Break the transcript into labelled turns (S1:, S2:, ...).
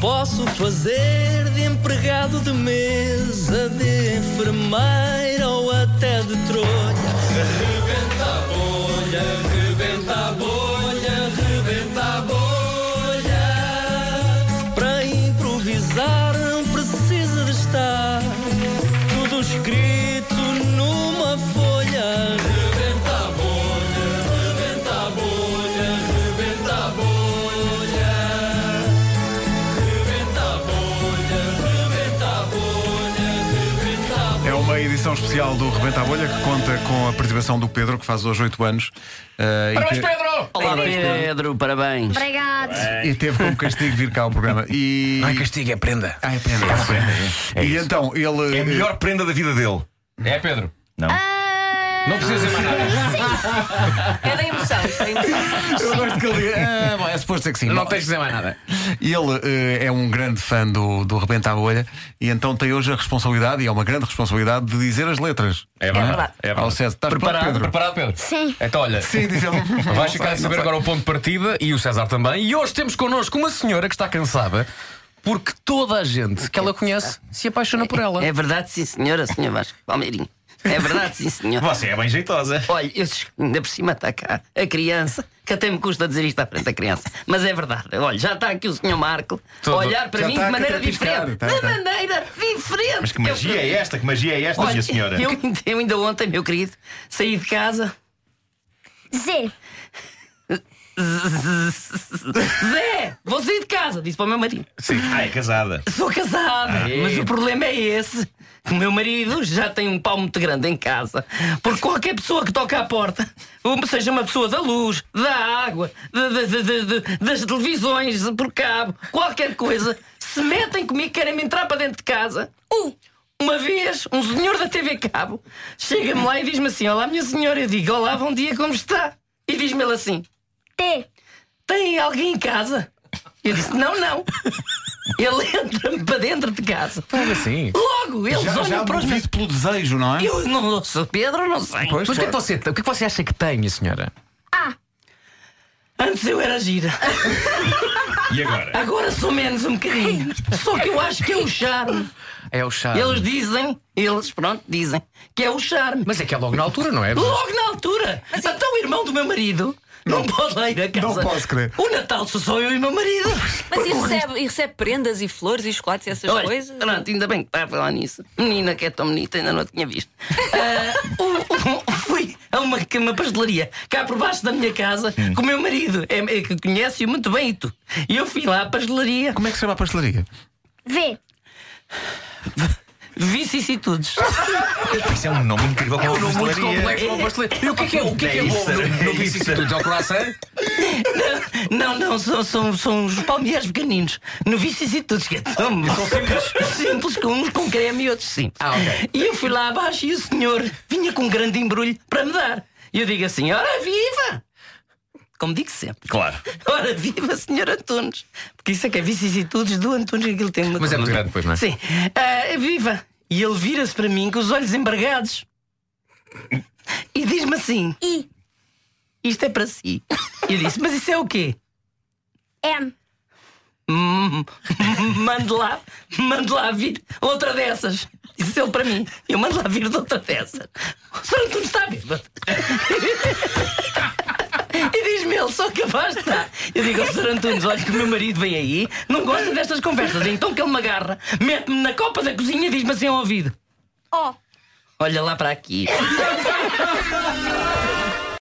S1: posso fazer de empregado de mesa, de enfermeira ou até de trolha. Rebenta a bolha, rebenta a bolha, rebenta a bolha. Para improvisar não precisa de estar tudo escrito numa folha. Rebenta a bolha, rebenta a bolha, rebenta a bolha. Rebenta a bolha, rebenta a bolha, rebenta a bolha.
S2: É uma edição especial do Rebenta a Bolha que conta com a participação do Pedro, que faz hoje 8 anos. eh, e, te-
S3: Olá, Pedro, parabéns.
S4: Obrigado.
S2: e teve como castigo vir cá ao programa. E...
S5: Não é castigo, é prenda.
S2: Ah, é pena, é pena. E então, ele.
S5: É a melhor prenda da vida dele.
S6: É, Pedro.
S4: Ah,
S6: Não precisa mais nada.
S7: É da emoção, isto é da emoção.
S2: eh, Eu gosto que ele. Ah, bom, é suposto dizer que sim. Bom,
S5: dizer mais nada.
S2: Ele eh, é um grande fã do, do Rebenta a Bolha e então tem hoje a responsabilidade, e é uma grande responsabilidade, de dizer as letras.
S6: É verdade.
S7: verdade.
S6: É
S2: Ao
S6: verdade.
S2: César, estás
S6: Preparado,
S2: pronto, Pedro?
S6: preparado, Pedro?
S4: Sim.
S6: Então, olha.
S2: Sim, diz ele.
S6: Vais ficar assim. a saber agora o ponto de partida e o César também. E hoje temos connosco uma senhora que está cansada porque toda a gente que ela conhece se apaixona por ela.
S3: É verdade, sim, senhora, senhor Vasco Palmeirinho. É verdade, sim, senhor.
S5: Você é bem jeitosa.
S3: Olha, eu, ainda por cima está cá a criança, que até me custa dizer isto à frente da criança, mas é verdade. Olha, já está aqui o senhor Marco a
S6: Todo-
S3: olhar para
S2: já
S3: mim
S2: está
S3: de
S2: a
S3: maneira
S2: catrapiscar,
S3: diferente.
S2: tá,
S3: de
S2: tá.
S3: maneira diferente.
S5: Mas que magia é esta? Que magia é esta,
S3: Olha,
S5: minha senhora?
S3: Eu, eu ainda ontem, meu querido, saí de casa.
S4: Z.
S3: Zé, vou sair de casa, disse para o meu marido.
S5: Sim. Ah, é casada.
S3: Sou casada, mas o problema é esse. que O meu marido já tem um pau muito grande em casa. Porque qualquer pessoa que toca à porta, ou seja uma pessoa da luz, da água, de- de- de- de- de- das televisões por cabo, qualquer coisa, se metem comigo, querem-me entrar para dentro de casa. Uh, uma vez, um senhor da TV Cabo chega-me lá e diz-me assim: Olá, minha senhora. Eu digo: Olá, bom dia, como está? E diz-me ele assim:
S4: T.
S3: tem alguém em casa? Eu disse, não, não. Ele entra-me para dentro de casa.
S5: é
S6: assim.
S3: Logo, eles
S2: Já,
S3: olham
S2: já
S3: para os meus.
S2: movido pelo desejo, não é?
S3: Eu não sou Pedro, não sei.
S2: Pois,
S6: Mas o que, é que
S2: claro.
S6: você, o que é que você acha que tem, minha senhora?
S3: Antes eu era gira.
S5: E agora?
S3: Agora sou menos um bocadinho. Só que eu acho que é o charme.
S6: É o
S2: Ah.
S6: charme.
S3: Eles dizem, eles, pronto, dizem que é o charme.
S6: Mas é que é logo na altura, não é?
S3: Logo na altura! Até o irmão do meu marido não, pode lá ir a casa.
S2: não posso crer.
S3: O Natal sou só eu e meu marido.
S7: Mas e recebe, e recebe prendas e flores e chocolates e essas
S3: Olha,
S7: coisas?
S3: Pronto, ainda bem que está a falar nisso. Menina que é tão bonita, ainda não a tinha visto. Ah, o- o- fui a uma, é uma pastelaria cá por baixo da minha casa com o meu marido, é, é que conhece-o muito bem e tu. E eu fui lá à pastelaria.
S2: Como é que se chama a pastelaria?
S4: V.
S3: Vicissitudes.
S5: Isso é um nome incrível para
S6: É
S5: uma
S6: um nome muito
S5: pastelaria.
S6: complexo para uma pastelaria. E o que é que é, o que é, que é
S5: É isso,
S6: bom no- no
S5: é isso.
S6: vicissitudes ao croissant?
S3: Não, não, são, são, são os palmeiras pequeninos. No vicissitudes, que é tão simples. simples, com uns com creme e outros sim.
S6: Ah, ok.
S3: E eu fui lá abaixo e o senhor vinha com um grande embrulho para me dar. E eu digo assim: ora viva! Como digo sempre.
S5: Claro.
S3: Ora, viva Senhor Antunes! Porque isso é que é vicissitudes do Antunes, aquilo tem uma
S6: Mas é muito grande, pois, não é?
S3: Sim. Ah, viva! E ele vira-se para mim com os olhos embargados e diz-me assim:
S4: I.
S3: Isto é para si. E eu disse: Mas isso é o quê?
S4: M.
S3: Hum, mande lá, mande lá vir outra dessas. Disse ele para mim: Eu mando lá vir de outra dessas. O Senhor Antunes está bêbado. E diz-me ele, sou capaz de estar. Eu digo ao Sr. Antunes: olha que o meu marido vem aí, não gosta destas conversas. Então que ele me agarra, mete-me na copa da cozinha e diz-me assim ao ouvido:
S4: O.
S3: Olha lá para aqui.